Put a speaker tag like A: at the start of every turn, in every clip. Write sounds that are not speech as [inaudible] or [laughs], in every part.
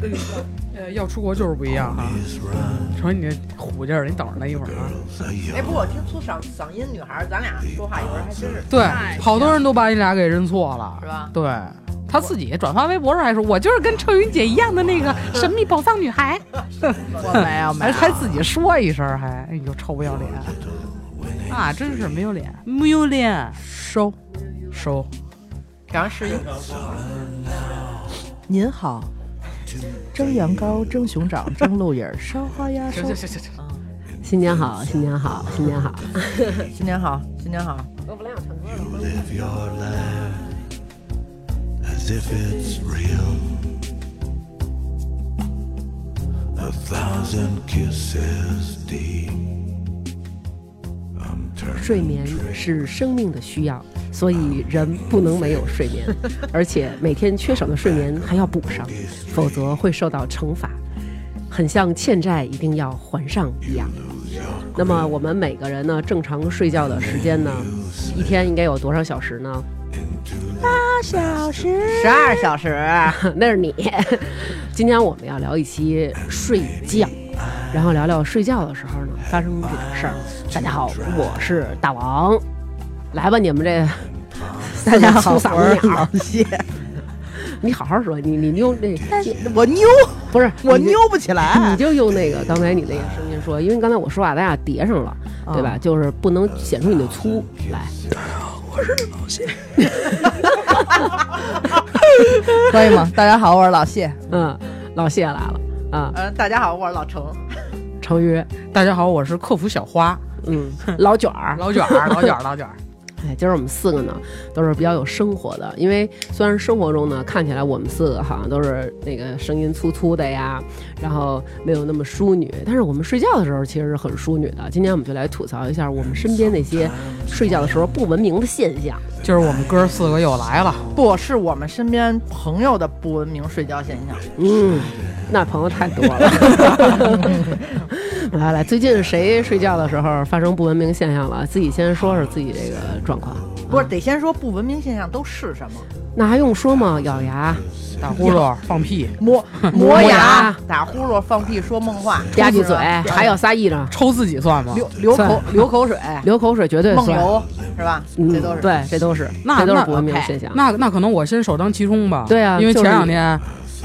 A: 那个呃，要出国就是不一样哈。瞅你这虎劲儿，你等着那一会儿啊。
B: 哎，不过我听粗嗓嗓音女孩儿，咱俩说话有时候还真是
A: 对
C: 哎，
A: 好多人都把你俩给认错了，
B: 是吧
A: 对。他自己转发微博上还说：“我就是跟臭云姐一样的那个神秘宝藏女 [laughs] 孩。
B: 我没有没
A: [laughs] 还
B: 有，
A: 还自己说一声，还哎呦臭不要脸啊！真是没有脸，没有脸，收收。
B: 然后是一
D: 您好，蒸羊羔，蒸熊掌，蒸鹿尾儿，烧花鸭，烧
A: 行行行行，
E: 新年好，新年好，嗯新年好。
B: 新年好，新年好，
F: Live your life as if it's real. A thousand kisses deep. I'm turning
E: 睡眠是生命的需要，所以人不能没有睡 [laughs] 眠，而且每天缺少的睡眠还要补上，否则会受到惩罚，很像欠债一定要还上一样。那么我们每个人呢，正常睡觉的时间呢，一天应该有多少小时呢？
B: 十二小时，
E: 啊那是你。今天我们要聊一期睡觉，然后聊聊睡觉的时候呢发生这种事儿。大家好，我是大王，来吧，你
D: [laughs]
E: 们这大家好嗓
D: 我
E: 子
D: 是
E: 眼儿
D: 老，谢，
E: 你好好说，你你用那
D: 我妞，
E: 不是
D: 我
E: 你就
D: 妞啊不起来
E: 你。就用那个刚才你那个声音说，因为刚才我说把咱俩叠上了，
D: 嗯
E: 对吧？就是不能显出你的粗来。
D: 可以吗？大家好，我是老谢。
E: 嗯，老谢来了啊，
B: 嗯，大家好，我是老程，
E: 成宇，
A: 大家好，我是客服小花，啊
E: 嗯，老卷儿，
A: 老卷儿，老卷儿，老卷儿。
E: 哎，今儿我们四个呢都是比较有生活的，因为虽然生活中呢看起来我们四个好像都是那个声音粗粗的呀，然后没有那么淑女，但是我们睡觉的时候其实是很淑女的。今天我们就来吐槽一下我们身边那些睡觉的时候不文明的现象。
A: 今儿我们哥四个又来了，
B: 不是我们身边朋友的不文明睡觉现象，
E: 嗯，那朋友太多了。 [laughs] 来来，最近谁睡觉的时候发生不文明现象了？自己先说说自己这个状况。
B: 不是得先说不文明现象都是什么？
E: 那还用说吗？咬牙、
A: 打呼噜、放屁、
B: 磨
E: 磨
B: 磨牙
E: 牙、
B: 打呼噜、放屁、说梦话、
E: 吧唧
B: 充
E: 嘴，
B: 气儿
E: 还要撒癔呢，
A: 抽自己算吗？
B: 流流口流口水、
E: 流口水绝对
B: 哎梦
E: 算。
B: 游，是吧？
E: 嗯
B: 这都是
E: 对，这都是，
A: 那
E: 这都是
A: 那
E: 不文明
B: OK
E: 现象。
A: 那那可能我先首当其冲吧。
E: 对啊
A: 因为
E: 就
A: 前
E: 是
A: 两
E: 嗯
A: 天，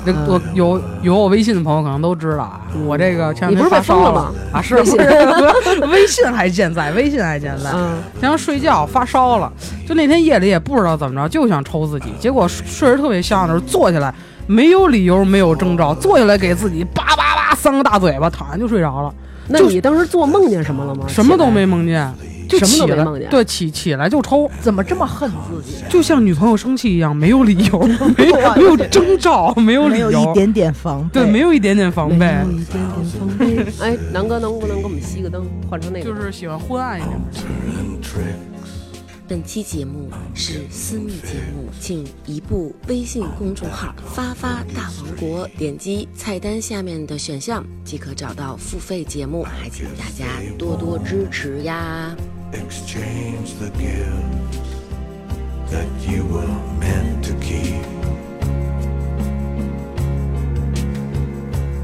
A: 那个我有有我微信的朋友可能都知道啊，我这个前两天
E: 你不是被
A: 发烧
E: 封了
A: 了
E: 吗？
A: 啊，是
E: [laughs] 微
A: 不
E: 信
A: 是微信还健在，微信还健在。
E: 嗯，
A: 前天睡觉发烧了，就那天夜里也不知道怎么着，就想抽自己，结果睡睡得特别香的时候坐起来，没有理由，没有征兆，坐下来给自己叭叭叭三个大嘴巴，躺下就睡着了，
E: 那
A: 就
E: 你当时做梦见什么了吗？
A: 什么都没梦见，就
E: 什么都
A: 起
E: 没
A: 来
E: 梦见
A: 对，起起来就抽，
B: 怎么这么恨自己？
A: 就像女朋友生气一样，没有理 [laughs] 由，没有没有征兆，没有理
D: 没有一
A: 由，
D: 点点防备，
A: 对，没有一点点防备，
E: 起来。哎，南哥，能不能给我们熄个灯，换成那个？
A: 就是喜欢昏暗一点。
G: 本期节目是私密节目，请移步微信公众号“发发大王国”，点击菜单下面的选项即可找到付费节目，还请大家多多支持呀！
F: exchange the gifts that you were meant to keep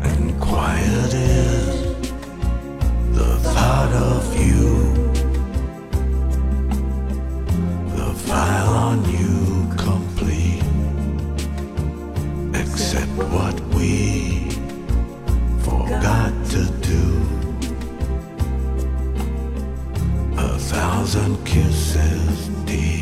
F: and quiet is the thought of you the file on you complete except what we forgot to do a thousand kisses deep.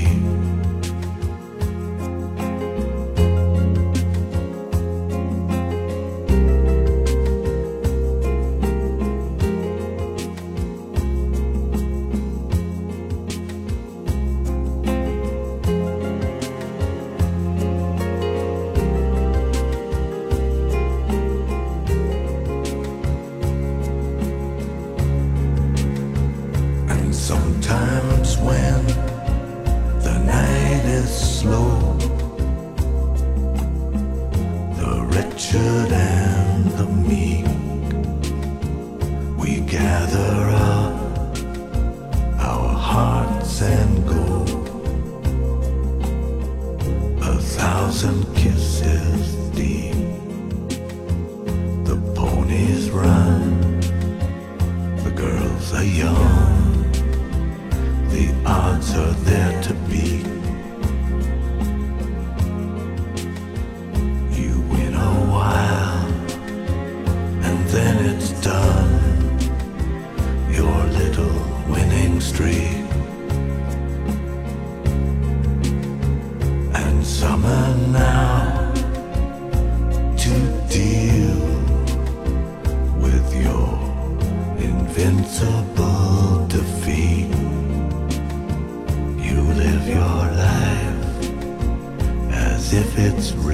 F: And sometimes when the souls are young. The odds are there to beat. You win a while, and then it's done. Your little winning streak. And summer now to deal with your invincible defeat. You live your life as if it's